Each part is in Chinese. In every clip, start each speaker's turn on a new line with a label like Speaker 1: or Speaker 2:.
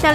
Speaker 1: 想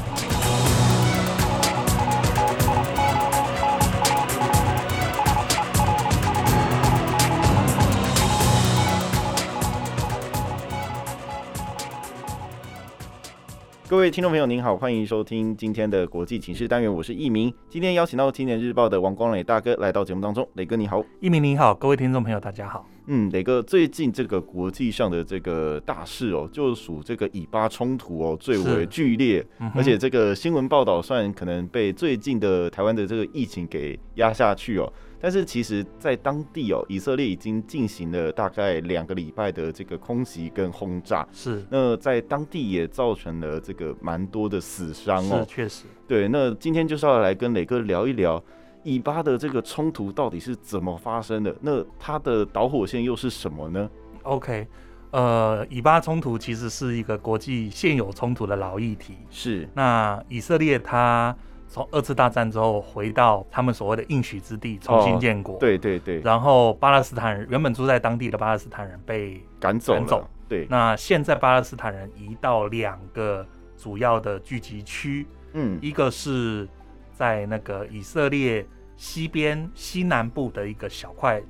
Speaker 2: 各位听众朋友，您好，欢迎收听今天的国际情势单元，我是易明。今天邀请到《青年日报》的王光磊大哥来到节目当中，磊哥你好。
Speaker 3: 一鸣你好，各位听众朋友大家好。
Speaker 2: 嗯，磊哥，最近这个国际上的这个大事哦，就属这个以巴冲突哦最为
Speaker 3: 是
Speaker 2: 剧烈，
Speaker 3: 嗯哼
Speaker 2: 而且这个新闻报道算可能被最近的台湾的这个疫情给压下去哦。但是其实，在当地哦，以色列已经进行了大概两个礼拜的这个空袭跟轰炸，
Speaker 3: 是
Speaker 2: 那在当地也造成了这个蛮多的死伤哦
Speaker 3: 是。确实，
Speaker 2: 对，那今天就是要来跟磊哥聊一聊以巴的这个冲突到底是怎么发生的，那它的导火线又是什么呢？
Speaker 3: OK，呃，以巴冲突其实是一个国际现有冲突的老议题。
Speaker 2: 是，
Speaker 3: 那以色列它从二次大战之后回到他们所谓的应许之地，重新建国。。
Speaker 2: 哦对对对，
Speaker 3: 然后巴勒斯坦人原本住在当地的巴勒斯坦人被，
Speaker 2: 赶走了，
Speaker 3: 赶走
Speaker 2: 对，
Speaker 3: 那现在巴勒斯坦人移到两个主要的聚集区，
Speaker 2: 嗯，
Speaker 3: 一个是在那个以色列西边西南部的一个小块，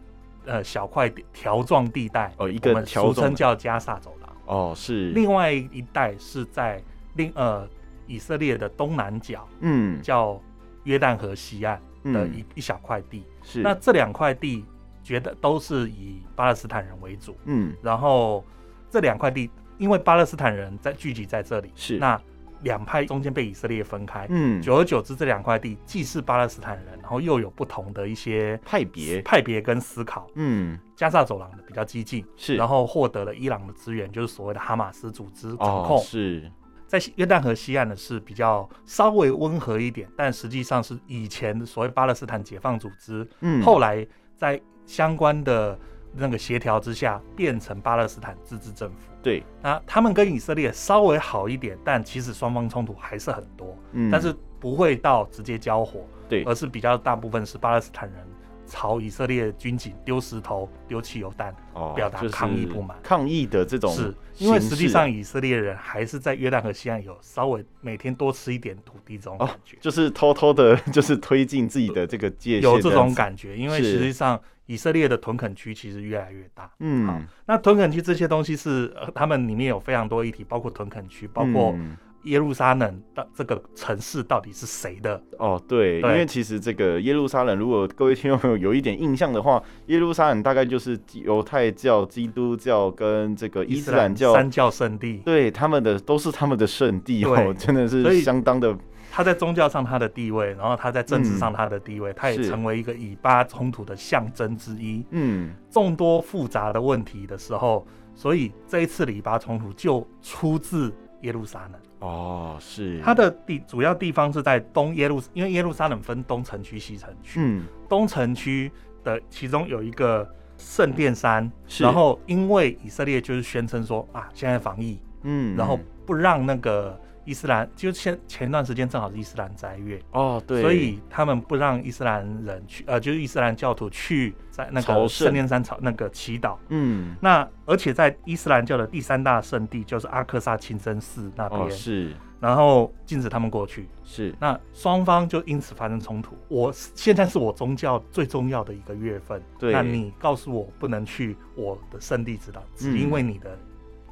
Speaker 3: 呃，小块条状地带，
Speaker 2: 哦，一
Speaker 3: 我
Speaker 2: 个
Speaker 3: 们
Speaker 2: 条
Speaker 3: 俗
Speaker 2: 状
Speaker 3: 称
Speaker 2: 的，
Speaker 3: 叫加萨走廊。
Speaker 2: 哦，是，
Speaker 3: 另外一带是在另呃以色列的东南角，
Speaker 2: 嗯
Speaker 3: 叫约旦河西岸的一、
Speaker 2: 嗯，
Speaker 3: 一小块地。
Speaker 2: 是，
Speaker 3: 那这两块地，觉得都是以巴勒斯坦人为主。
Speaker 2: 嗯
Speaker 3: 然后这两块地，因为巴勒斯坦人在聚集在这里，
Speaker 2: 是，
Speaker 3: 那两派中间被以色列分开，
Speaker 2: 嗯
Speaker 3: 久而久之，这两块地既是巴勒斯坦人，然后又有不同的一些
Speaker 2: 派别，
Speaker 3: 派别跟思考。
Speaker 2: 嗯
Speaker 3: 加萨走廊的比较激进，
Speaker 2: 是，
Speaker 3: 然后获得了伊朗的资源，就是所谓的哈马斯组织掌控。
Speaker 2: 哦是，
Speaker 3: 在约旦河西岸的是比较稍微温和一点，但实际上是以前所谓巴勒斯坦解放组织，
Speaker 2: 嗯
Speaker 3: 后来在相关的那个协调之下，变成巴勒斯坦自治政府。
Speaker 2: 对，
Speaker 3: 那他们跟以色列稍微好一点，但其实双方冲突还是很多。
Speaker 2: 嗯
Speaker 3: 但是不会到直接交火，
Speaker 2: 对
Speaker 3: 而是比较大部分是巴勒斯坦人朝以色列军警丢石头、丢汽油弹，
Speaker 2: 哦
Speaker 3: 表达
Speaker 2: 就是
Speaker 3: 抗议不满
Speaker 2: 抗议的这种
Speaker 3: 是因为
Speaker 2: 形
Speaker 3: 实际
Speaker 2: 式啊
Speaker 3: 上以色列人还是在约旦河西岸有稍微每天多吃一点土地这种
Speaker 2: 哦
Speaker 3: 感觉，
Speaker 2: 就是偷偷的， 就是推进自己的这个界限，
Speaker 3: 有这种，感觉，因为
Speaker 2: 是
Speaker 3: 实际上以色列的屯垦区其实越来越大。好
Speaker 2: 嗯，
Speaker 3: 那屯垦区这些东西是、呃、他们里面有非常多议题，包括屯垦区，包括
Speaker 2: 嗯
Speaker 3: 耶路撒冷的这个城市到底是谁的？
Speaker 2: 哦，对，因
Speaker 3: 对
Speaker 2: 为其实这个耶路撒冷，如果各位听众朋友有一点印象的话，耶路撒冷大概就是犹太教、基督教跟这个伊斯兰教，
Speaker 3: 三教圣地，
Speaker 2: 对他们的都是他们的圣地哦，
Speaker 3: 对
Speaker 2: 真的
Speaker 3: 所
Speaker 2: 是
Speaker 3: 以
Speaker 2: 相当的，
Speaker 3: 他在宗教上他的地位，然后他在政治上他的地位，他也
Speaker 2: 是
Speaker 3: 成为一个以巴冲突的象征之一。
Speaker 2: 嗯，
Speaker 3: 众多复杂的问题的时候，所以这一次的以巴冲突就出自耶路撒冷。
Speaker 2: 哦，是
Speaker 3: 它，的地主要地方是在东耶路，因为耶路撒冷分东城区、西城区。
Speaker 2: 嗯，
Speaker 3: 东城区的其中有一个圣殿山，
Speaker 2: 是
Speaker 3: 然后因为以色列就是宣称说啊，现在防疫，
Speaker 2: 嗯，
Speaker 3: 然后不让那个伊斯兰，就前前段时间正好是伊斯兰斋月，
Speaker 2: 哦，对，
Speaker 3: 所以他们不让伊斯兰人去，呃，就是伊斯兰教徒去在那
Speaker 2: 朝
Speaker 3: 个
Speaker 2: 圣
Speaker 3: 圣殿山朝那个祈祷。
Speaker 2: 嗯，
Speaker 3: 那而且在伊斯兰教的第三大圣地就是阿克萨清真寺那边，
Speaker 2: 哦，是
Speaker 3: 然后禁止他们过去。
Speaker 2: 是，
Speaker 3: 那双方就因此发生冲突。我现在是我宗教最重要的一个月份，
Speaker 2: 对
Speaker 3: 那你告诉我不能去我的圣地指导，只
Speaker 2: 嗯
Speaker 3: 因为你的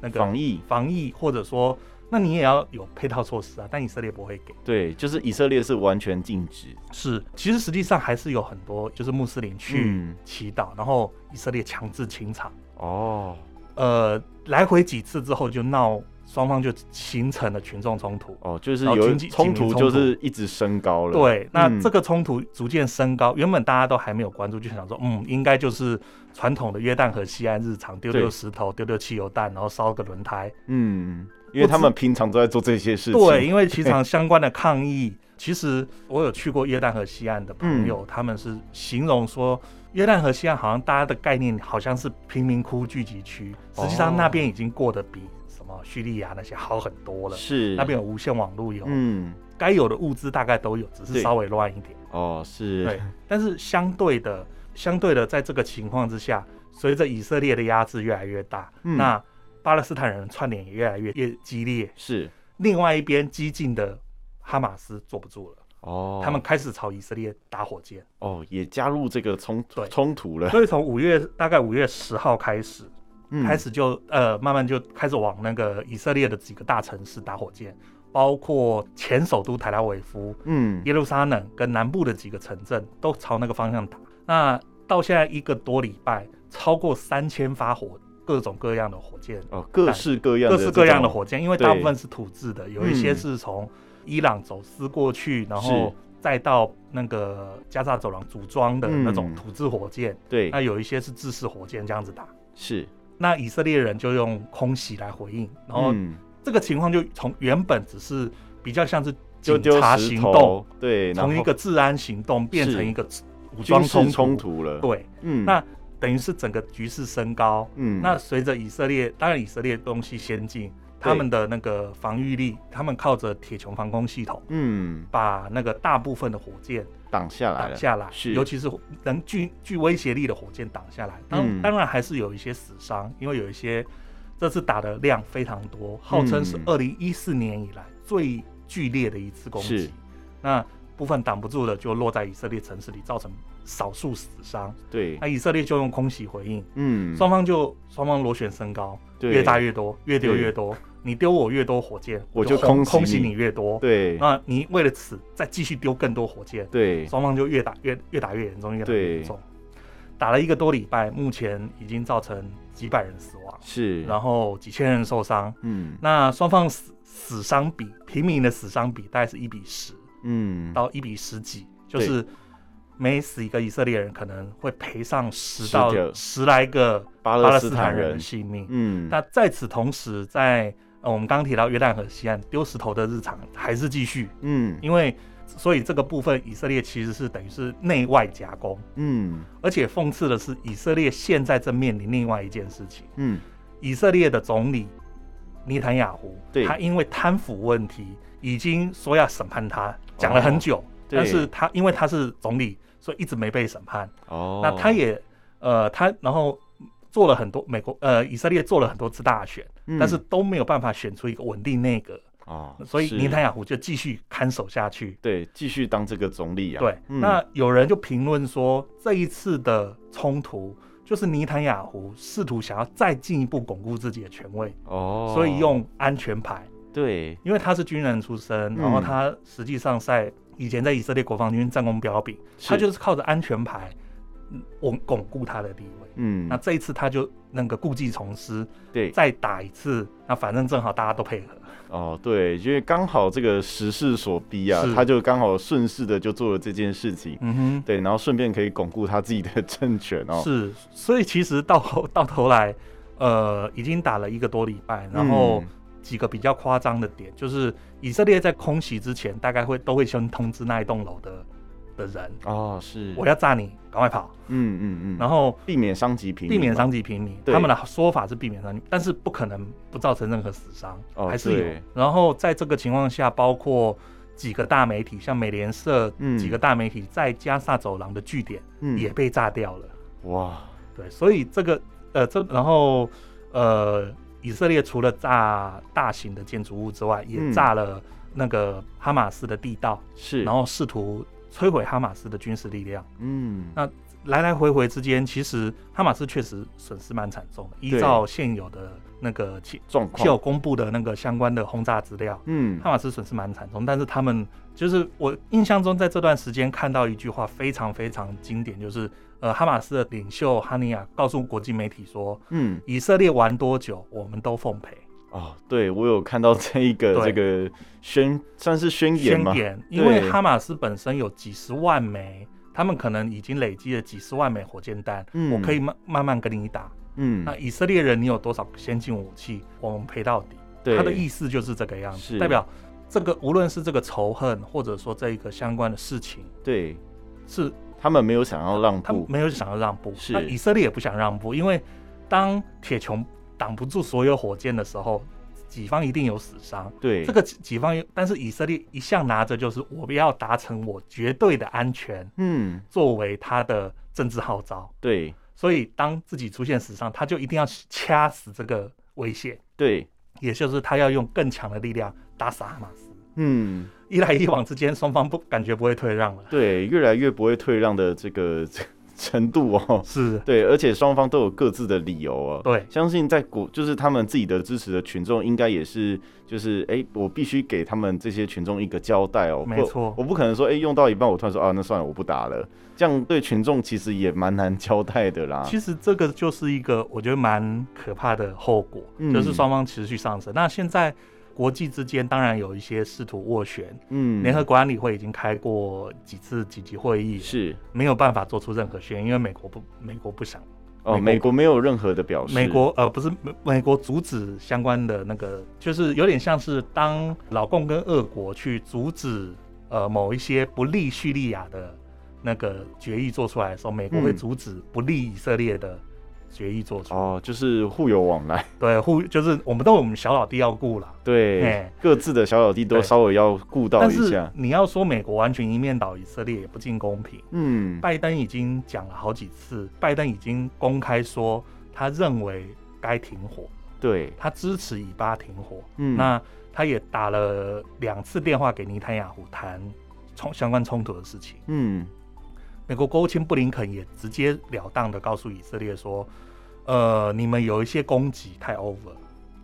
Speaker 3: 那个
Speaker 2: 防疫，
Speaker 3: 防疫，或者说，那你也要有配套措施啊。但以色列不会给。
Speaker 2: 对，就是以色列是完全禁止，
Speaker 3: 是，其实实际上还是有很多就是穆斯林去
Speaker 2: 嗯
Speaker 3: 祈祷，然后以色列强制清场，
Speaker 2: 哦，
Speaker 3: 呃，来回几次之后就闹，双方就形成了群众冲突。
Speaker 2: 哦，就是
Speaker 3: 然后
Speaker 2: 有
Speaker 3: 经济
Speaker 2: 冲
Speaker 3: 紧
Speaker 2: 突
Speaker 3: 密冲
Speaker 2: 就是一直升高了，
Speaker 3: 对，那
Speaker 2: 嗯
Speaker 3: 这个冲突逐渐升高，原本大家都还没有关注，就想说，嗯，应该就是传统的约旦河西岸日常丢丢
Speaker 2: 对
Speaker 3: 石头、丢丢汽油弹，然后烧个轮胎。
Speaker 2: 嗯，因为他们平常都在做这些事情。
Speaker 3: 对，，因为其场相关的抗议，其实我有去过约旦河西岸的朋
Speaker 2: 嗯
Speaker 3: 友，他们是形容说，约旦河西岸好像大家的概念好像是贫民窟聚集区，实际上
Speaker 2: 哦
Speaker 3: 那边已经过得比什么叙利亚那些好很多了。
Speaker 2: 是
Speaker 3: 那边有无线网络，有
Speaker 2: 嗯，
Speaker 3: 该有的物资大概都有，只
Speaker 2: 对
Speaker 3: 是稍微乱一点。
Speaker 2: 哦，是，
Speaker 3: 对，但是相对的，相对的，在这个情况之下，随着以色列的压制越来越大，
Speaker 2: 嗯
Speaker 3: 那巴勒斯坦人串联也越来越越激烈。
Speaker 2: 是
Speaker 3: 另外一边激进的哈马斯坐不住了，
Speaker 2: 哦，
Speaker 3: 他们开始朝以色列打火箭。
Speaker 2: 哦也加入这个冲
Speaker 3: 对
Speaker 2: 冲突了，
Speaker 3: 所以从五月大概五月十号开始，
Speaker 2: 嗯
Speaker 3: 开始就呃慢慢就开始往那个以色列的几个大城市打火箭，包括前首都特拉维夫、
Speaker 2: 嗯
Speaker 3: 耶路撒冷跟南部的几个城镇都朝那个方向打。那到现在一个多礼拜，超过三千发火，各种各样的火箭，
Speaker 2: 哦各式各样
Speaker 3: 各
Speaker 2: 的
Speaker 3: 式各样的
Speaker 2: 这种
Speaker 3: 火箭，因为
Speaker 2: 对嗯
Speaker 3: 大部分是土制的，有一些是从伊朗走私过去，然后再到那个加沙走廊组装的那种
Speaker 2: 嗯
Speaker 3: 土制火箭，
Speaker 2: 对
Speaker 3: 那有一些是制式火箭这样子打。
Speaker 2: 是
Speaker 3: 那以色列人就用空袭来回应，然后
Speaker 2: 嗯
Speaker 3: 这个情况就从原本只是比较像是
Speaker 2: 就
Speaker 3: 警
Speaker 2: 丢
Speaker 3: 察
Speaker 2: 石
Speaker 3: 行动，
Speaker 2: 头对，然
Speaker 3: 从一
Speaker 2: 后
Speaker 3: 个治安行动变成
Speaker 2: 是
Speaker 3: 一个武
Speaker 2: 军
Speaker 3: 装
Speaker 2: 事
Speaker 3: 冲
Speaker 2: 冲。突了，
Speaker 3: 对，
Speaker 2: 嗯
Speaker 3: 那等于是整个局势升高。
Speaker 2: 嗯
Speaker 3: 那随着以色列，当然以色列东西先进，他们的那个防御力，他们靠着铁穹防空系统，
Speaker 2: 嗯
Speaker 3: 把那个大部分的火箭
Speaker 2: 挡下来
Speaker 3: 挡
Speaker 2: 了，
Speaker 3: 下来，
Speaker 2: 是
Speaker 3: 尤其是能具具威胁力的火箭挡下来。当、
Speaker 2: 嗯
Speaker 3: 当然还是有一些死伤，因为有一些这次打的量非常多，号称是
Speaker 2: 嗯
Speaker 3: 二零一四年以来最剧烈的一次攻
Speaker 2: 是
Speaker 3: 击。那部分挡不住的就落在以色列城市里，造成少数死伤。
Speaker 2: 对
Speaker 3: 那以色列就用空袭回应，
Speaker 2: 嗯
Speaker 3: 哎双方就双方螺旋升高，
Speaker 2: 对
Speaker 3: 越大越多，越丢越多。你丢我越多火箭，
Speaker 2: 我就
Speaker 3: 就轰
Speaker 2: 空袭
Speaker 3: 空袭
Speaker 2: 你
Speaker 3: 你越多。
Speaker 2: 对
Speaker 3: 那你为了此再继续丢更多火箭，
Speaker 2: 对
Speaker 3: 双方就越打越越打越严重，越打
Speaker 2: 对
Speaker 3: 越严重。打了一个多礼拜，目前已经造成几百人死亡，
Speaker 2: 是
Speaker 3: 然后几千人受伤。
Speaker 2: 嗯
Speaker 3: 那双方死死伤比，平民的死伤比大概是一比十
Speaker 2: 嗯
Speaker 3: 到一比十几，就
Speaker 2: 对
Speaker 3: 是每死一个以色列人，可能会赔上十
Speaker 2: 十
Speaker 3: 到
Speaker 2: 个
Speaker 3: 十来个
Speaker 2: 巴
Speaker 3: 巴
Speaker 2: 勒
Speaker 3: 勒
Speaker 2: 斯
Speaker 3: 斯
Speaker 2: 坦
Speaker 3: 坦人的
Speaker 2: 人
Speaker 3: 性命。
Speaker 2: 嗯
Speaker 3: 那在此同时，在呃我们刚刚提到约旦河西岸丢石头的日常还是继续，
Speaker 2: 嗯
Speaker 3: 因为所以这个部分以色列其实是等于是内外夹攻，
Speaker 2: 嗯
Speaker 3: 而且讽刺的是，以色列现在正面临另外一件事情：
Speaker 2: 嗯
Speaker 3: 以色列的总理尼坦雅胡
Speaker 2: 对，
Speaker 3: 他因为贪腐问题已经说要审判他，讲了很久，
Speaker 2: 哦对
Speaker 3: 但是他因为他是总理，所以一直没被审判。
Speaker 2: 哦，
Speaker 3: 那他也呃，他然后做了很多美国呃以色列做了很多次大选，
Speaker 2: 嗯
Speaker 3: 但是都没有办法选出一个稳定内阁，
Speaker 2: 哦，
Speaker 3: 所以
Speaker 2: 是
Speaker 3: 尼坦雅胡就继续看守下去。
Speaker 2: 对继续当这个总理啊，
Speaker 3: 对，
Speaker 2: 嗯
Speaker 3: 那有人就评论说，这一次的冲突就是尼坦雅胡试图想要再进一步巩固自己的权威，
Speaker 2: 哦，
Speaker 3: 所以用安全牌，
Speaker 2: 对
Speaker 3: 因为他是军人出
Speaker 2: 嗯
Speaker 3: 身，然后他实际上在以前在以色列国防军战功彪炳，
Speaker 2: 是
Speaker 3: 他就是靠着安全牌嗯稳巩固他的地位。
Speaker 2: 嗯
Speaker 3: 那这一次他就那个故技重施，
Speaker 2: 对
Speaker 3: 再打一次，那反正正好大家都配合，
Speaker 2: 哦，对，因为刚好这个时势所逼啊，
Speaker 3: 是
Speaker 2: 他就刚好顺势的就做了这件事情，
Speaker 3: 嗯哼，
Speaker 2: 对，然后顺便可以巩固他自己的政权哦。
Speaker 3: 是，所以其实到头 到头来，呃，已经打了一个多礼拜，然后
Speaker 2: 嗯
Speaker 3: 几个比较夸张的点，就是以色列在空袭之前，大概会都会先通知那一栋楼的的人，
Speaker 2: 哦，是，
Speaker 3: 我要炸你，赶快跑，
Speaker 2: 嗯嗯嗯，
Speaker 3: 然后
Speaker 2: 避免伤及平民
Speaker 3: 避
Speaker 2: 嘛，
Speaker 3: 免伤及平民。
Speaker 2: 对
Speaker 3: 他们的说法是避免伤及，但是不可能不造成任何死伤，
Speaker 2: 哦
Speaker 3: 还是有
Speaker 2: 对。
Speaker 3: 然后在这个情况下，包括。几个大媒体，像美联社，
Speaker 2: 嗯
Speaker 3: 几个大媒体在加萨走廊的据点
Speaker 2: 嗯
Speaker 3: 也被炸掉了。
Speaker 2: 哇，
Speaker 3: 对，所以这个呃，这然后呃，以色列除了炸大型的建筑物之外，也
Speaker 2: 嗯
Speaker 3: 炸了那个哈马斯的地道，
Speaker 2: 是，
Speaker 3: 然后试图摧毁哈马斯的军事力量。
Speaker 2: 嗯
Speaker 3: 那来来回回之间，其实哈马斯确实损失蛮惨重的。依
Speaker 2: 对
Speaker 3: 照现有的那个其
Speaker 2: 状
Speaker 3: 现有
Speaker 2: 况，
Speaker 3: 公布的那个相关的轰炸资料，
Speaker 2: 嗯
Speaker 3: 哈马斯损失蛮惨重，但是他们就是我印象中在这段时间看到一句话非常非常经典，就是呃哈马斯的领袖哈尼亚告诉国际媒体说，
Speaker 2: 嗯，
Speaker 3: 以色列玩多久我们都奉陪
Speaker 2: 哦，对我有看到这一个这
Speaker 3: 对
Speaker 2: 个宣算是宣言
Speaker 3: 宣
Speaker 2: 吗？
Speaker 3: 言，
Speaker 2: 对
Speaker 3: 因为哈马斯本身有几十万枚，他们可能已经累积了几十万枚火箭弹，
Speaker 2: 嗯
Speaker 3: 我可以慢慢慢跟你打。
Speaker 2: 嗯，
Speaker 3: 那以色列人你有多少先进武器，我们陪到底。
Speaker 2: 对，
Speaker 3: 他的意思就是这个样
Speaker 2: 是
Speaker 3: 子，代表这个无论是这个仇恨，或者说这一个相关的事情。
Speaker 2: 对
Speaker 3: 是
Speaker 2: 他们没有想要让
Speaker 3: 他们
Speaker 2: 步，
Speaker 3: 没有想要让步，
Speaker 2: 是
Speaker 3: 那以色列也不想让步，因为当铁穹挡不住所有火箭的时候，己方一定有死伤。
Speaker 2: 对
Speaker 3: 这个己己方有，但是以色列一向拿着就是我要达成我绝对的安全
Speaker 2: 嗯
Speaker 3: 作为他的政治号召，
Speaker 2: 对
Speaker 3: 所以当自己出现时尚，他就一定要掐死这个威胁，
Speaker 2: 对，
Speaker 3: 也就是他要用更强的力量打死哈马斯。
Speaker 2: 嗯，
Speaker 3: 一来一往之间，双方不感觉不会退让了。
Speaker 2: 对，越来越不会退让的这个 程度哦。
Speaker 3: 是，
Speaker 2: 对，而且双方都有各自的理由哦。
Speaker 3: 对，
Speaker 2: 相信在国就是他们自己的支持的群众，应该也是就是哎、我必须给他们这些群众一个交代哦。
Speaker 3: 没
Speaker 2: 不
Speaker 3: 错
Speaker 2: 我不可能说哎、用到一半我突然说啊那算了我不打了，这样对群众其实也蛮难交代的啦。
Speaker 3: 其实这个就是一个我觉得蛮可怕的后果，
Speaker 2: 嗯
Speaker 3: 就是双方持续上升。那现在国际之间当然有一些试图斡旋，
Speaker 2: 嗯
Speaker 3: 联合国安理会已经开过几次紧急会议，
Speaker 2: 是
Speaker 3: 没有办法做出任何宣言，因为美国不美国不想，
Speaker 2: 哦，
Speaker 3: 美国
Speaker 2: 美国没有任何的表示。
Speaker 3: 美国呃不是美美国阻止相关的那个，就是有点像是当老共跟俄国去阻止呃某一些不利叙利亚的那个决议做出来的时候，美国会
Speaker 2: 嗯
Speaker 3: 阻止不利以色列的决议做出来。
Speaker 2: 哦，就是互有往来，
Speaker 3: 对，互就是我们都有我们小老弟要顾啦。
Speaker 2: 对
Speaker 3: 哎，
Speaker 2: 各自的小老弟都
Speaker 3: 对
Speaker 2: 稍微要顾到
Speaker 3: 但
Speaker 2: 一
Speaker 3: 是
Speaker 2: 下。
Speaker 3: 你要说美国完全一面倒以色列也不尽公平。
Speaker 2: 嗯，
Speaker 3: 拜登已经讲了好几次，拜登已经公开说他认为该停火，
Speaker 2: 对，
Speaker 3: 他支持以巴停火。
Speaker 2: 嗯，
Speaker 3: 那他也打了两次电话给尼坦雅胡谈冲相关冲突的事情。
Speaker 2: 嗯
Speaker 3: 美国国务卿布林肯也直截了当的告诉以色列说，呃，你们有一些攻击太 over，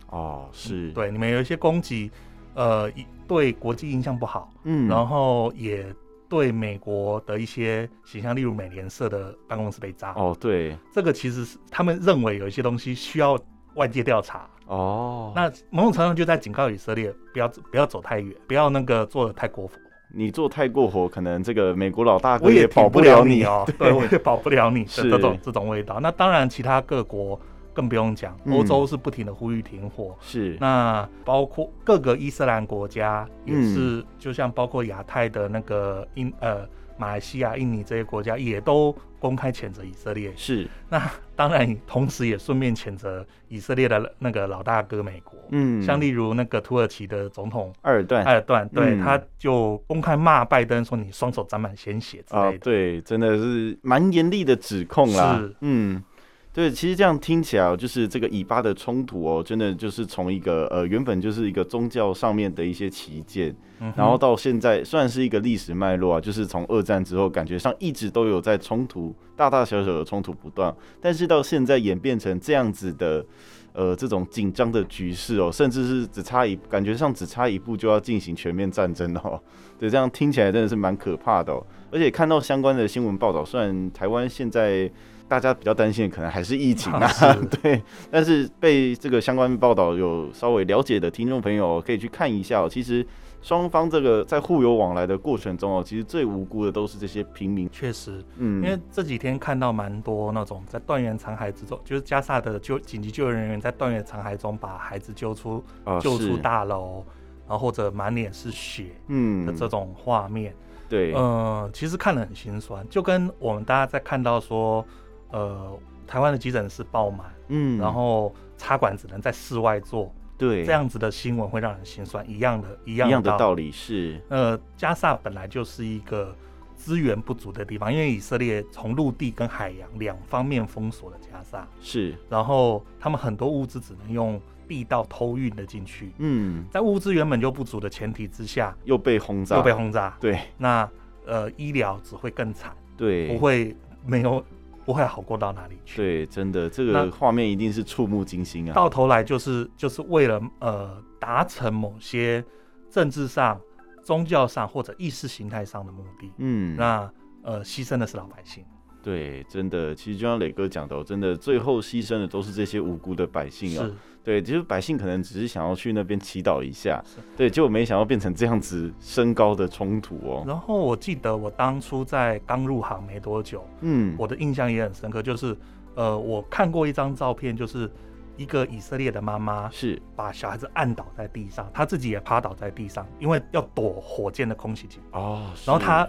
Speaker 2: 哦是，，
Speaker 3: 对，你们有一些攻击，呃，一对国际印象不好，
Speaker 2: 嗯，
Speaker 3: 然后也对美国的一些形象，例如美联社的办公室被炸，
Speaker 2: 哦对，
Speaker 3: 这个其实是他们认为有一些东西需要外界调查。
Speaker 2: 哦，
Speaker 3: 那某种程度上就在警告以色列，不要不要走太远，不要那个做的太过分。
Speaker 2: 你做太过火，可能这个美国老大哥
Speaker 3: 我也
Speaker 2: 保
Speaker 3: 保
Speaker 2: 不
Speaker 3: 了
Speaker 2: 你。
Speaker 3: 哦，对， 我也保不了你的
Speaker 2: 是
Speaker 3: 这种这种味道。那当然，其他各国更不用讲，
Speaker 2: 嗯
Speaker 3: 欧洲是不停的呼吁停火，
Speaker 2: 是，
Speaker 3: 那包括各个伊斯兰国家也
Speaker 2: 嗯
Speaker 3: 是，就像包括亚太的那个印呃马来西亚、印尼这些国家，也都公开谴责以色列。
Speaker 2: 是，
Speaker 3: 那当然，同时也顺便谴责以色列的那个老大哥美国。
Speaker 2: 嗯，
Speaker 3: 像例如那个土耳其的总统
Speaker 2: 埃尔段
Speaker 3: 埃尔段，对、
Speaker 2: 嗯
Speaker 3: 他就公开骂拜登说你双手沾满鲜血之
Speaker 2: 啊
Speaker 3: 类，的。
Speaker 2: 对，真的是蛮严厉的指控啦
Speaker 3: 是。
Speaker 2: 嗯，对，其实这样听起来哦，就是这个以巴的冲突哦，真的就是从一个呃原本就是一个宗教上面的一些旗舰，
Speaker 3: 嗯哼
Speaker 2: 然后到现在算是一个历史脉络啊，就是从二战之后，感觉上一直都有在冲突，大大小小的冲突不断，但是到现在演变成这样子的。呃，这种紧张的局势哦，甚至是只差一，感觉上只差一步就要进行全面战争哦。对，这样听起来真的是蛮可怕的哦。而且看到相关的新闻报道，虽然台湾现在大家比较担心，可能还是疫情啊，
Speaker 3: 是
Speaker 2: 对，但是被这个相关报道有稍微了解的听众朋友可以去看一下、哦。其实双方这个在互有往来的过程中哦，其实最无辜的都是这些平民。
Speaker 3: 确实，
Speaker 2: 嗯，
Speaker 3: 因为这几天看到蛮多那种在断垣残骸之中，就是加萨的救紧急救援人员在断垣残骸中把孩子救出
Speaker 2: 啊
Speaker 3: 呃救出
Speaker 2: 是
Speaker 3: 大楼，然后或者满脸是血的
Speaker 2: 嗯，
Speaker 3: 这种画面，
Speaker 2: 对，
Speaker 3: 嗯，其实看了很心酸，就跟我们大家在看到说，呃，台湾的急诊室爆满，
Speaker 2: 嗯，
Speaker 3: 然后插管只能在室外做，
Speaker 2: 对
Speaker 3: 这样子的新闻会让人心酸，一样的，一样
Speaker 2: 一样的
Speaker 3: 道
Speaker 2: 道理是，
Speaker 3: 呃，加萨本来就是一个资源不足的地方，因为以色列从陆地跟海洋两方面封锁了加萨，
Speaker 2: 是，
Speaker 3: 然后他们很多物资只能用地道偷运了进去，
Speaker 2: 嗯，
Speaker 3: 在物资原本就不足的前提之下，
Speaker 2: 又被轰炸，
Speaker 3: 又被，轰炸，
Speaker 2: 对
Speaker 3: 那呃医疗只会更惨，
Speaker 2: 对，
Speaker 3: 不会没有不会好过到哪里去。
Speaker 2: 对，真的，这个
Speaker 3: 那
Speaker 2: 画面一定是触目惊心啊！
Speaker 3: 到头来就是就是为了呃达成某些政治上、宗教上或者意识形态上的目的，
Speaker 2: 嗯，
Speaker 3: 那呃，牺牲的是老百姓。
Speaker 2: 对，真的，其实就像磊哥讲的哦，真的，最后牺牲的都是这些无辜的百姓啊。对，其实百姓可能只是想要去那边祈祷一下
Speaker 3: 是，
Speaker 2: 对，结果没想到变成这样子升高的冲突哦。
Speaker 3: 然后我记得我当初在刚入行没多久，
Speaker 2: 嗯，
Speaker 3: 我的印象也很深刻，就是呃，我看过一张照片，就是一个以色列的妈妈
Speaker 2: 是，
Speaker 3: 把小孩子按倒在地上，她自己也趴倒在地上，因为要躲火箭的空袭击。
Speaker 2: 哦，
Speaker 3: 然后
Speaker 2: 是
Speaker 3: 她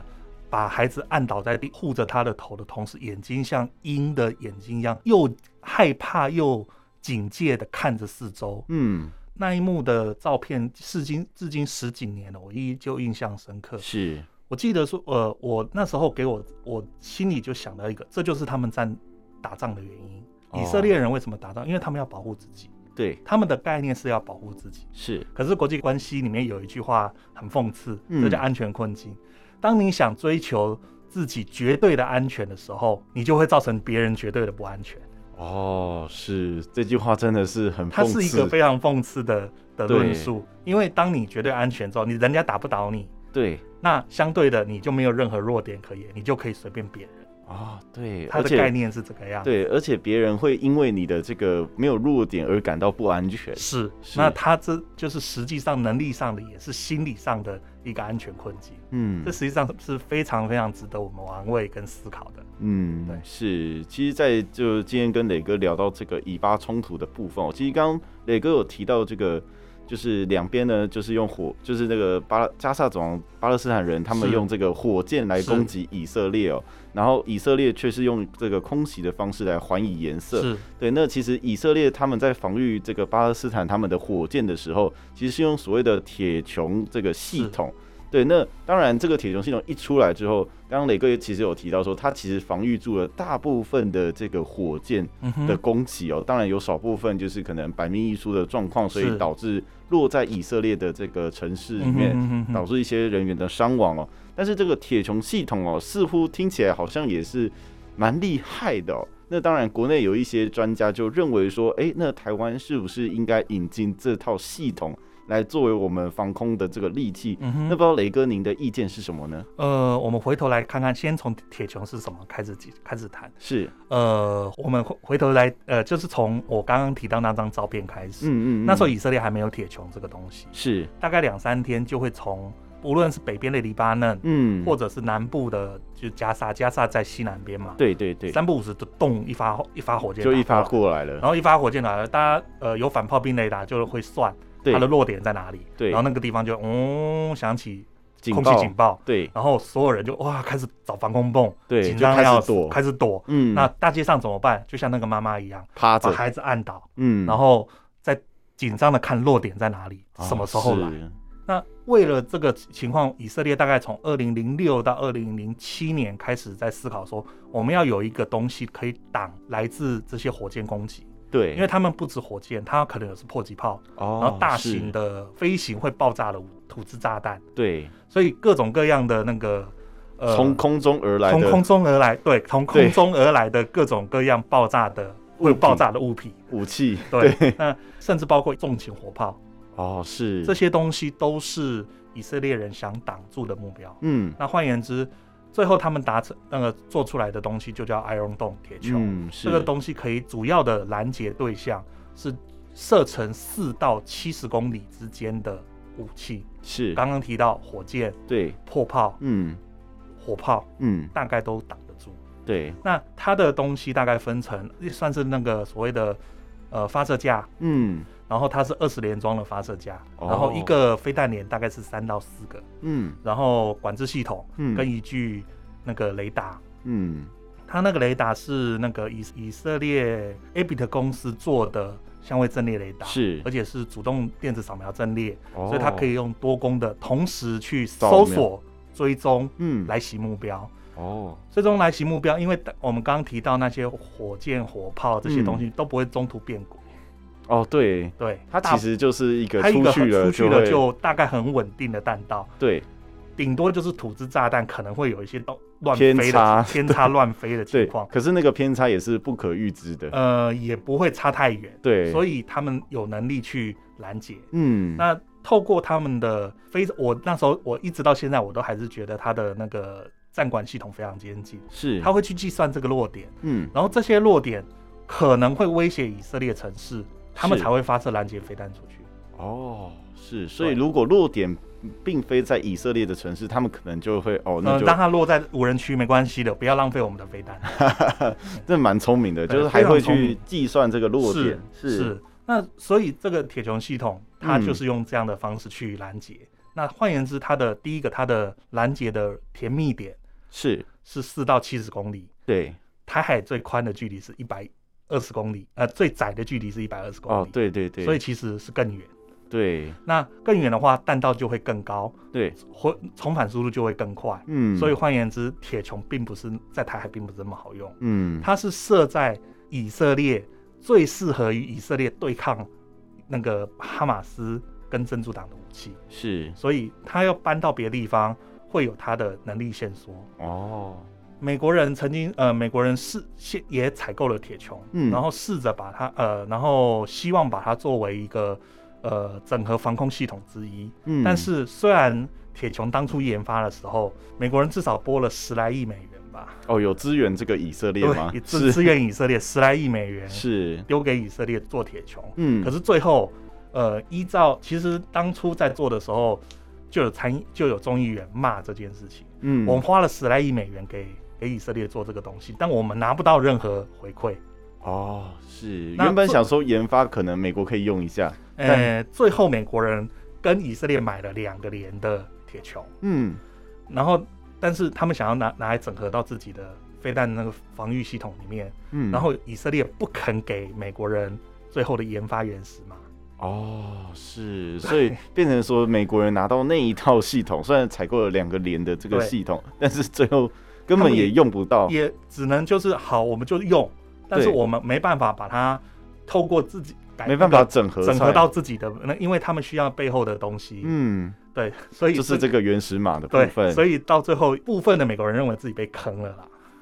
Speaker 3: 把孩子按倒在地，护着她的头的同时，眼睛像鹰的眼睛一样，又害怕又警戒的看着四周。
Speaker 2: 嗯，
Speaker 3: 那一幕的照片，至今至今十几年了，我依旧印象深刻。
Speaker 2: 是，
Speaker 3: 我记得说，呃，我那时候给我我心里就想到一个，这就是他们战打仗的原因。以色列人为什么打仗？因为他们要保护自己，
Speaker 2: 对，
Speaker 3: 他们的概念是要保护自己。
Speaker 2: 是，
Speaker 3: 可是国际关系里面有一句话很讽刺，
Speaker 2: 嗯
Speaker 3: 这叫安全困境。当你想追求自己绝对的安全的时候，你就会造成别人绝对的不安全。
Speaker 2: 哦，是这句话真的是很
Speaker 3: 它
Speaker 2: 讽
Speaker 3: 是一
Speaker 2: 刺
Speaker 3: 个非常讽刺的的
Speaker 2: 对
Speaker 3: 论述，因为当你绝对安全之后，你人家打不倒你，
Speaker 2: 对
Speaker 3: 那相对的你就没有任何弱点可言，你就可以随便别人。
Speaker 2: 啊、哦，对，
Speaker 3: 它
Speaker 2: 而
Speaker 3: 的
Speaker 2: 且
Speaker 3: 概念是啊这个样子。
Speaker 2: 对，而且别人会因为你的这个没有弱点而感到不安全。
Speaker 3: 是，
Speaker 2: 是
Speaker 3: 那它这就是实际上能力上的，也是心理上的一个安全困境。
Speaker 2: 嗯
Speaker 3: 这实际上是非常非常值得我们玩味跟思考的。
Speaker 2: 嗯
Speaker 3: 对，
Speaker 2: 是。其实，在就今天跟磊哥聊到这个以巴冲突的部分哦，其实刚刚磊哥有提到这个，就是两边呢，就是用火，就是那个巴勒加萨总巴勒斯坦人，他们
Speaker 3: 是
Speaker 2: 用这个火箭来
Speaker 3: 是
Speaker 2: 攻击以色列哦，然后以色列却是用这个空袭的方式来还以颜色。
Speaker 3: 是
Speaker 2: 对，那其实以色列他们在防御这个巴勒斯坦他们的火箭的时候，其实是用所谓的铁穹这个系统。对，那当然，这个铁穹系统一出来之后，刚刚磊哥也其实有提到说，它其实防御住了大部分的这个火箭
Speaker 3: 嗯
Speaker 2: 的
Speaker 3: 哼，
Speaker 2: 攻击哦。当然有少部分就是可能百密一疏的状况，所以
Speaker 3: 是
Speaker 2: 导致落在以色列的这个城市里
Speaker 3: 嗯
Speaker 2: 面，
Speaker 3: 哼嗯哼
Speaker 2: 导致一些人员的伤亡哦。但是这个铁穹系统哦，似乎听起来好像也是蛮厉害的哦。那当然，国内有一些专家就认为说，诶，那台湾是不是应该引进这套系统来作为我们防空的这个利器？那
Speaker 3: 嗯哼
Speaker 2: 不知道雷哥您的意见是什么呢？
Speaker 3: 呃，我们回头来看看，先从铁穹是什么开始解开始谈。
Speaker 2: 是，
Speaker 3: 呃，我们回回头来，呃，就是从我刚刚提到那张照片开始。
Speaker 2: 嗯嗯，嗯
Speaker 3: 那时候以色列还没有铁穹这个东西，
Speaker 2: 是，
Speaker 3: 大概两三天就会从无论是北边的黎巴嫩，
Speaker 2: 嗯，
Speaker 3: 或者是南部的就加沙，加沙在西南边嘛，
Speaker 2: 对对对，
Speaker 3: 三不五时就动一发一发火箭，
Speaker 2: 就一发，过来了，
Speaker 3: 然后一发火箭来了，大家呃有反炮兵雷达就会算
Speaker 2: 对
Speaker 3: 它的落点在哪里，
Speaker 2: 对
Speaker 3: 然后那个地方就嗯响起
Speaker 2: 警
Speaker 3: 空气
Speaker 2: 报，
Speaker 3: 警报，
Speaker 2: 对
Speaker 3: 然后所有人就哇开始找防空洞，
Speaker 2: 对，
Speaker 3: 紧
Speaker 2: 就
Speaker 3: 张
Speaker 2: 开
Speaker 3: 要
Speaker 2: 始
Speaker 3: 死
Speaker 2: 躲，
Speaker 3: 开始躲。
Speaker 2: 嗯，
Speaker 3: 那大街上怎么办？就像那个妈妈一样，
Speaker 2: 趴
Speaker 3: 把
Speaker 2: 着，
Speaker 3: 孩子按倒，
Speaker 2: 嗯，
Speaker 3: 然后再紧张的看落点在哪里，
Speaker 2: 啊
Speaker 3: 什么时候来。
Speaker 2: 是
Speaker 3: 那为了这个情况，以色列大概从二零零六到二零零七年开始在思考说，我们要有一个东西可以挡来自这些火箭攻击，
Speaker 2: 对，
Speaker 3: 因为他们不止火箭，它可能有是迫击炮，
Speaker 2: 哦，
Speaker 3: 然后大
Speaker 2: 是
Speaker 3: 型的飞行会爆炸的土制炸弹，
Speaker 2: 对，
Speaker 3: 所以各种各样的那个呃
Speaker 2: 从空中而来
Speaker 3: 从
Speaker 2: 的
Speaker 3: 空中而来，对，从
Speaker 2: 对
Speaker 3: 空中而来的各种各样爆炸的会有爆炸的物品，
Speaker 2: 武器，
Speaker 3: 对，那甚至包括重型火炮，
Speaker 2: 哦，是
Speaker 3: 这，些东西都是以色列人想挡住的目标。
Speaker 2: 嗯
Speaker 3: 那换言之，最后他们达成那个做出来的东西就叫 Iron Dome 铁球，
Speaker 2: 嗯，是
Speaker 3: 这个东西可以主要的拦截对象是射程四到七十公里之间的武器。
Speaker 2: 是，
Speaker 3: 刚刚提到火箭、
Speaker 2: 对，
Speaker 3: 破炮、
Speaker 2: 嗯
Speaker 3: 火炮，
Speaker 2: 嗯，
Speaker 3: 大概都挡得住。
Speaker 2: 对，
Speaker 3: 那它的东西大概分成，算是那个所谓的呃发射架，
Speaker 2: 嗯
Speaker 3: 然后它是二十连装的发射架，
Speaker 2: 哦
Speaker 3: 然后一个飞弹连大概是三到四个，
Speaker 2: 嗯
Speaker 3: 然后管制系统
Speaker 2: 嗯
Speaker 3: 跟一具那个雷达，
Speaker 2: 嗯，
Speaker 3: 它那个雷达是那个以以色列 Abit 公司做的相位阵列雷达，
Speaker 2: 是哦
Speaker 3: 而且是主动电子扫描阵列，
Speaker 2: 所
Speaker 3: 所以它可以，用多功的同时去
Speaker 2: 扫描
Speaker 3: 搜索、追踪
Speaker 2: 嗯，，
Speaker 3: 来袭目标。
Speaker 2: 哦，
Speaker 3: 最终来袭目标，因为我们刚刚提到那些火箭、火炮这些东西都不会中途变轨，
Speaker 2: 哦，对，
Speaker 3: 对，
Speaker 2: 嗯它
Speaker 3: 大
Speaker 2: 其实就是一个
Speaker 3: 它一
Speaker 2: 出
Speaker 3: 个
Speaker 2: 去
Speaker 3: 很
Speaker 2: 了
Speaker 3: 出去了
Speaker 2: 会，
Speaker 3: 就大概很稳定的弹道，
Speaker 2: 对
Speaker 3: 顶多就是土制炸弹可能会有一些动乱飞
Speaker 2: 偏
Speaker 3: 的
Speaker 2: 差
Speaker 3: 偏差乱飞的情
Speaker 2: 对
Speaker 3: 况，，
Speaker 2: 可是那个偏差也是不可预知的，
Speaker 3: 呃，也不会差太远，
Speaker 2: 对，
Speaker 3: 所
Speaker 2: 以，
Speaker 3: 以他们有能力去拦截。
Speaker 2: 嗯，
Speaker 3: 那透过他们的非，我那时候我一直到现在我都还是觉得他的那个战管系统非常先进，
Speaker 2: 是，
Speaker 3: 他，会去计算这个落点。
Speaker 2: 嗯，
Speaker 3: 然后这些落点可能会威胁以色列城市，他们
Speaker 2: 是
Speaker 3: 才会发射拦截飞弹出去。
Speaker 2: 哦，是，所以
Speaker 3: 对
Speaker 2: 如果落点并非在以色列的城市，他们可能就会，哦，那
Speaker 3: 嗯，
Speaker 2: 就
Speaker 3: 让它落在无人区没关系的，不要浪费我们的飞弹。
Speaker 2: 这蛮聪明的，
Speaker 3: 对
Speaker 2: 就是还会
Speaker 3: 非常聪
Speaker 2: 去
Speaker 3: 明
Speaker 2: 计算这个落点，
Speaker 3: 是是，那所以这个铁穹系统，它就是用这样的方式去拦截。那换言之，它的第一个，它的拦截的甜蜜点
Speaker 2: 是，
Speaker 3: 是四到七十公里，
Speaker 2: 对，
Speaker 3: 台海最宽的距离是一百二十公里，呃，最窄的距离是一百二十公里。
Speaker 2: 哦，对对对，
Speaker 3: 所以其实是更远。
Speaker 2: 对
Speaker 3: 那更远的话，弹道就会更高，
Speaker 2: 对，
Speaker 3: 或重返速度就会更快。
Speaker 2: 嗯，
Speaker 3: 所以换言之，铁穹并不是在台海并不是那么好用，
Speaker 2: 嗯，
Speaker 3: 它是设在以色列最适合于以色列对抗那个哈马斯跟真主党的武器，
Speaker 2: 是
Speaker 3: 所以它要搬到别的地方会有它的能力限缩。
Speaker 2: 哦，
Speaker 3: 美国人曾经，呃，美国人试先也采购了铁穹，
Speaker 2: 嗯
Speaker 3: 然后试着把它，呃，然后希望把它作为一个，呃，整合防空系统之一。
Speaker 2: 嗯，
Speaker 3: 但是虽然铁穹当初研发的时候，美国人至少拨了十来亿美元吧，
Speaker 2: 哦，有支援这个以色列 吗？
Speaker 3: 对，支支援以色列十来亿美 元，
Speaker 2: 是，
Speaker 3: 丢给以色列做铁穹。
Speaker 2: 嗯，
Speaker 3: 可
Speaker 2: 是
Speaker 3: 是最后，呃，依照其实当初在做的时候，就有参议就有众议员骂这件事情。
Speaker 2: 嗯，
Speaker 3: 我们花了十来亿美元给给以色列做这个东西，但我们拿不到任何回馈。
Speaker 2: 哦是，
Speaker 3: 那
Speaker 2: 原本
Speaker 3: 这
Speaker 2: 想说研发可能美国可以用一下，
Speaker 3: 呃，最后美国人跟以色列买了两个连的铁球，
Speaker 2: 嗯，
Speaker 3: 然后但是他们想要拿拿来整合到自己的飞弹那个防御系统里面，
Speaker 2: 嗯，
Speaker 3: 然后以色列不肯给美国人最后的研发原始码。
Speaker 2: 哦，是，所以变成说美国人拿到那一套系统，虽然采购了两个连的这个
Speaker 3: 对
Speaker 2: 系统，但是最后根
Speaker 3: 他
Speaker 2: 本
Speaker 3: 们
Speaker 2: 也
Speaker 3: 也
Speaker 2: 用不到。
Speaker 3: 也只能就是好，我们就用，但是
Speaker 2: 哦对
Speaker 3: 我们没办法把它透过自己改
Speaker 2: 没办法整合
Speaker 3: 整
Speaker 2: 出来
Speaker 3: 合到自己的那，因为他们需要背后的东西，
Speaker 2: 嗯，
Speaker 3: 对， 所以
Speaker 2: 就是这个原始码的部
Speaker 3: 对，
Speaker 2: 分。
Speaker 3: 所以到最后部分的美国人认为自己被坑了啦，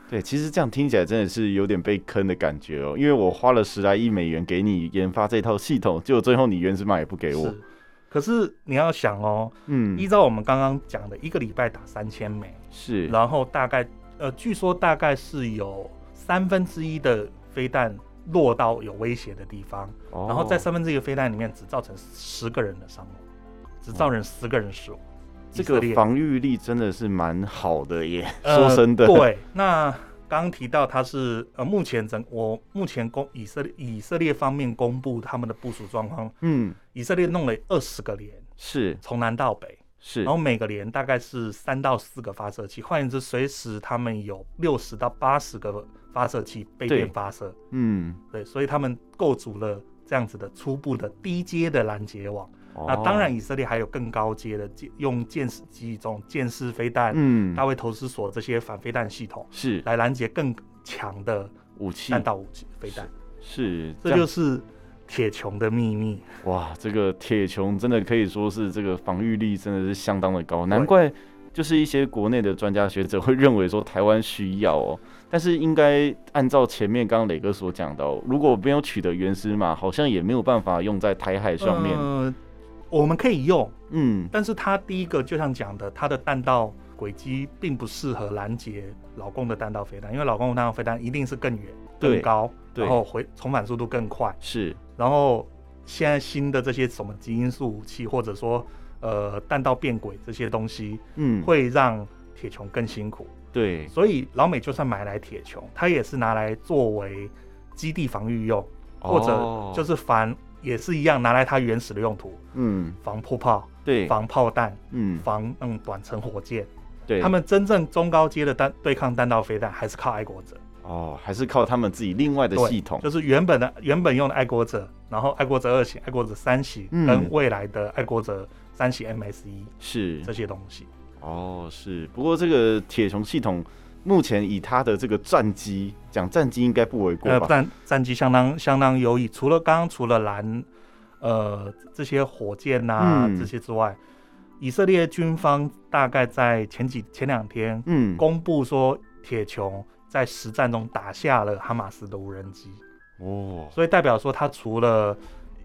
Speaker 2: 对，其实这样听起来真的是有点被坑的感觉哦，因为我花了十来亿美元给你研发这套系统，结果最后你原始码也不给我
Speaker 3: 是。。可是你要想哦，依
Speaker 2: 嗯，
Speaker 3: 照我们刚刚讲的，一个礼拜打三千枚，
Speaker 2: 是，
Speaker 3: 然后大概呃，据说大概是有三分之一的飞弹落到有威胁的地方，
Speaker 2: 然
Speaker 3: 然后在三分之一的飞弹里面只造成十个人的伤亡，只造成十个人死亡。
Speaker 2: 这
Speaker 3: 以色
Speaker 2: 个
Speaker 3: 列
Speaker 2: 防御力真的是蛮好的耶，
Speaker 3: 呃
Speaker 2: 哦说真的，
Speaker 3: 对，那刚刚提到它是呃，目前整我目前公以色列以色列方面公布他们的部署状况，
Speaker 2: 嗯，
Speaker 3: 以色列弄了二十个连，
Speaker 2: 是
Speaker 3: 从南到北，
Speaker 2: 是，
Speaker 3: 然后每个连大概是三到四个发射器，换言之，随时他们有六十到八十个发射器被
Speaker 2: 对
Speaker 3: 电发射，
Speaker 2: 嗯，
Speaker 3: 对，所以他们构筑了这样子的初步的低阶的拦截网。
Speaker 2: 哦
Speaker 3: 那当然，以色列还有更高阶的舰用箭矢机这种箭式飞弹、
Speaker 2: 嗯，
Speaker 3: 大卫投掷所这些反飞弹系统，
Speaker 2: 是
Speaker 3: 来拦截更强的
Speaker 2: 武器
Speaker 3: 弹道武器飞弹。
Speaker 2: 是，
Speaker 3: 这
Speaker 2: 样
Speaker 3: 就是铁穹的秘密。
Speaker 2: 哇，这个铁穹真的可以说是这个防御力真的是相当的高，难怪就是一些国内的专家学者会认为说台湾需要哦。但是应该按照前面刚刚磊哥所讲的哦、如果没有取得原始码，好像也没有办法用在台海上面。
Speaker 3: 呃，我们可以用，
Speaker 2: 嗯，
Speaker 3: 但是它第一个就像讲的，它的弹道轨迹并不适合拦截老公的弹道飞弹，因为老公的弹道飞弹一定是更远、
Speaker 2: 对
Speaker 3: 更高，
Speaker 2: 对
Speaker 3: 然后回重返速度更快。
Speaker 2: 是，
Speaker 3: 然后现在新的这些什么基因素武器，或者说呃弹道变轨这些东西，
Speaker 2: 嗯，
Speaker 3: 会让铁穹更辛苦。
Speaker 2: 对，
Speaker 3: 所以老美就算买来铁穹，它也是拿来作为基地防御用，
Speaker 2: 哦
Speaker 3: 或者就是是防也是一样拿来它原始的用途，
Speaker 2: 嗯，
Speaker 3: 防迫炮、
Speaker 2: 对，
Speaker 3: 防炮弹、
Speaker 2: 嗯，
Speaker 3: 防嗯短程火箭。
Speaker 2: 对，
Speaker 3: 他们真正中高阶的弹对抗弹道飞弹还是靠爱国者
Speaker 2: 哦，还是靠他们自己另外的
Speaker 3: 对
Speaker 2: 系统。
Speaker 3: 就是原本的原本用的爱国者，然后爱国者二型、爱国者三型、
Speaker 2: 嗯
Speaker 3: 跟未来的爱国者三型 MS 一
Speaker 2: 是
Speaker 3: 这些东西。
Speaker 2: 哦，是。不过这个铁穹系统目前以它的这个战机讲战机应该不为过
Speaker 3: 呃，
Speaker 2: 吧？
Speaker 3: 战战机相当相当优异。除了刚刚除了蓝，呃，这些火箭呐、
Speaker 2: 嗯
Speaker 3: 这些之外，以色列军方大概在前几前两天
Speaker 2: 嗯，
Speaker 3: 公布说，铁穹在实战中打下了哈马斯的无人机，
Speaker 2: 哦，
Speaker 3: 所以代表说它除了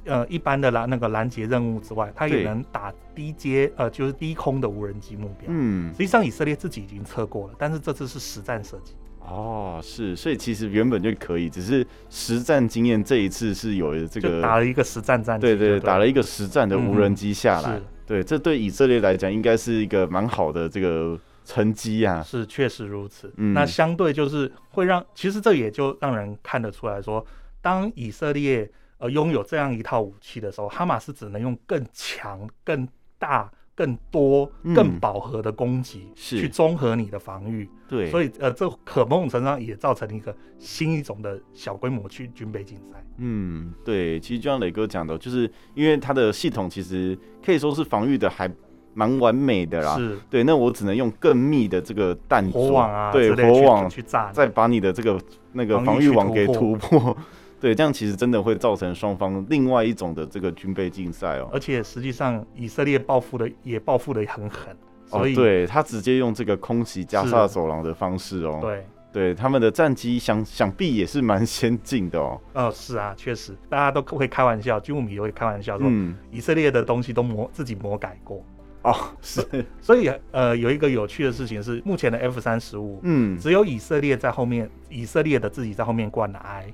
Speaker 3: 呃一般的拦那个拦截任务之外，它
Speaker 2: 对
Speaker 3: 也能打低阶呃就是低空的无人机目标。
Speaker 2: 嗯
Speaker 3: 实，际上以色列自己已经测过了，但是这次是实战射击。
Speaker 2: 哦，是。所以其实原本就可以，只是实战经验这一次是有了这
Speaker 3: 就打
Speaker 2: 个，
Speaker 3: 了一个实战战机
Speaker 2: 对
Speaker 3: 就对
Speaker 2: 对，
Speaker 3: 了，嗯
Speaker 2: 打了一个实战的无人机下来。
Speaker 3: 是
Speaker 2: 对，这对以色列来讲应该是一个蛮好的这个成绩啊。
Speaker 3: 是确实如此。
Speaker 2: 嗯
Speaker 3: 那相对就是会让，其实这也就让人看得出来说，当以色列呃拥有这样一套武器的时候，哈马斯只能用更强、更大、更多
Speaker 2: 嗯、
Speaker 3: 更饱和的攻击，
Speaker 2: 是
Speaker 3: 去综合你的防御。
Speaker 2: 对，
Speaker 3: 所
Speaker 2: 以
Speaker 3: 以呃，这可某种程度上也造成一个新一种的小规模去军备竞赛。
Speaker 2: 嗯，对，其实就像磊哥讲的，就是因为它的系统其实可以说是防御的还蛮完美的啦。
Speaker 3: 是
Speaker 2: 对，那我只能用更密的这个弹珠，
Speaker 3: 火网啊
Speaker 2: 对，
Speaker 3: 之类
Speaker 2: 火
Speaker 3: 去
Speaker 2: 网
Speaker 3: 去炸你，
Speaker 2: 再把你的这个那个
Speaker 3: 防
Speaker 2: 防
Speaker 3: 御
Speaker 2: 御
Speaker 3: 去
Speaker 2: 网给突
Speaker 3: 突
Speaker 2: 破。 对，这样其实真的会造成双方另外一种的这个军备竞赛哦。
Speaker 3: 而且实际上以色列报复的也报复的很狠，所以、
Speaker 2: 哦，对他直接用这个空袭加
Speaker 3: 是
Speaker 2: 沙走廊的方式哦。
Speaker 3: 对
Speaker 2: 对，他们的战机想想必也是蛮先进的哦。
Speaker 3: 呃是啊，确实大家都会开玩笑，军武迷都会开玩笑说、
Speaker 2: 嗯，
Speaker 3: 以色列的东西都魔自己魔改过，
Speaker 2: 哦， 是，
Speaker 3: 所以呃有一个有趣的事情是，目前的 F 三十五
Speaker 2: 嗯，
Speaker 3: 只有以色列在后面，以色列的自己在后面灌 I，、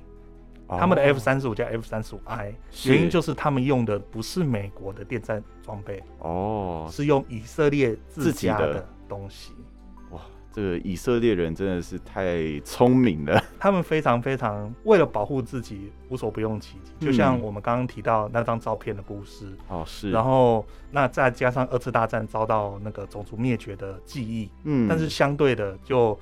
Speaker 3: 他们的 F 三十五叫 F 三十五 I，
Speaker 2: 哦是
Speaker 3: 原因就是他们用的不是美国的电战装备，
Speaker 2: 哦，
Speaker 3: 是用以色列自
Speaker 2: 自己
Speaker 3: 家
Speaker 2: 的
Speaker 3: 的东西。
Speaker 2: 哇，这个以色列人真的是太聪明了。
Speaker 3: 他们非常非常为了保护自己，无所不用其极。
Speaker 2: 嗯
Speaker 3: 就像我们刚刚提到那张照片的故事，
Speaker 2: 哦，是，
Speaker 3: 然后那再加上二次大战遭到那个种族灭绝的记忆，
Speaker 2: 嗯，
Speaker 3: 但是相对的就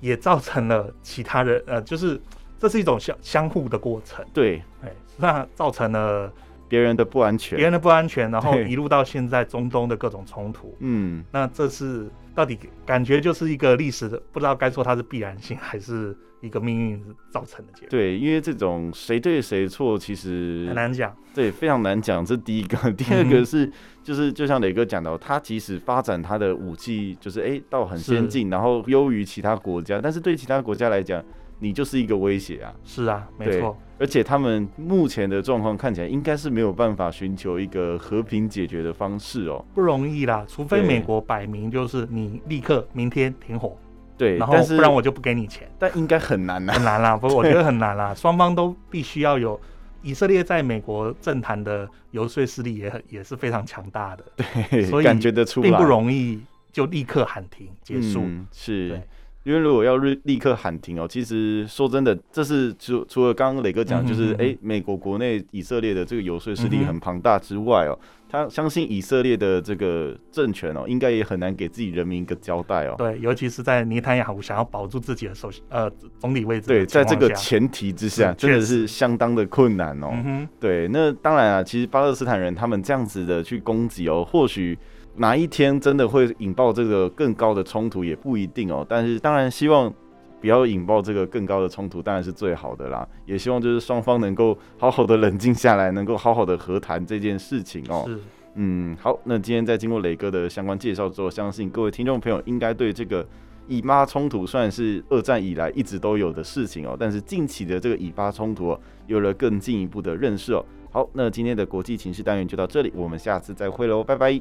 Speaker 3: 也造成了其他人呃，就是这是一种相相互的过程，
Speaker 2: 对
Speaker 3: 哎，那造成了
Speaker 2: 别人的不安全，
Speaker 3: 别人的不安全，然后
Speaker 2: 对
Speaker 3: 一路到现在中东的各种冲突，
Speaker 2: 嗯，
Speaker 3: 那这是到底感觉就是一个历史的，不知道该说它是必然性还是一个命运造成的结果，
Speaker 2: 对，因为这种谁对谁错，其
Speaker 3: 很
Speaker 2: 实
Speaker 3: 难嗯讲。
Speaker 2: 对非常难讲。这第一个， 第二个是、就是就像磊哥讲到，哦他即使发展他的武器，就是哎、到很
Speaker 3: 是
Speaker 2: 先进，然后优于其他国家，但是对其他国家来讲，你就是一个威胁啊。
Speaker 3: 是啊，没
Speaker 2: 对
Speaker 3: 错，
Speaker 2: 而且他们目前的状况看起来，应该是没有办法寻求一个和平解决的方式哦。
Speaker 3: 不容易啦。除非
Speaker 2: 对
Speaker 3: 美国摆明就是你立刻明天停火，
Speaker 2: 对，
Speaker 3: 然后
Speaker 2: 但是
Speaker 3: 不然我就不给你 钱，
Speaker 2: 但应该很难啊呐、
Speaker 3: 很难啦。不，我觉得很难啦。双方都必须要有。以色列在美国政坛的游说势力也很也是非常强大的，
Speaker 2: 嘿
Speaker 3: 所以
Speaker 2: 感觉得出来，
Speaker 3: 并不容易就立刻喊停结束。
Speaker 2: 嗯、是
Speaker 3: 对。
Speaker 2: 因为如果要立立刻喊停哦，其实说真的，这是除除了刚刚磊哥讲，
Speaker 3: 嗯
Speaker 2: 就是
Speaker 3: 嗯嗯
Speaker 2: 哎、美国国内以色列的这个游说势
Speaker 3: 嗯
Speaker 2: 力
Speaker 3: 哼
Speaker 2: 很庞大之外哦，他相信以色列的这个政权哦，应该也很难给自己人民一个交代哦。
Speaker 3: 对，尤其是在尼坦雅胡想要保住自己的首呃总理位置的
Speaker 2: 对，在这
Speaker 3: 情
Speaker 2: 个
Speaker 3: 况下
Speaker 2: 前提之下，
Speaker 3: 嗯
Speaker 2: 真的
Speaker 3: 确实
Speaker 2: 是相当的困难哦。
Speaker 3: 嗯哼，
Speaker 2: 对，那当然啊，其实巴勒斯坦人他们这样子的去攻击哦，或许哪一天真的会引爆这个更高的冲突也不一定哦。但是当然希望不要引爆这个更高的冲突，当然是最好的啦。也希望就是双方能够好好的冷静下来，能够好好的和谈这件事情哦。
Speaker 3: 是
Speaker 2: 嗯，好，那今天在经过磊哥的相关介绍之后，相信各位听众朋友应该对这个以巴冲突算是二战以来一直都有的事情哦，但是近期的这个以巴冲突、哦、有了更进一步的认识哦。好，那今天的国际情势单元就到这里，我们下次再会喽，拜拜。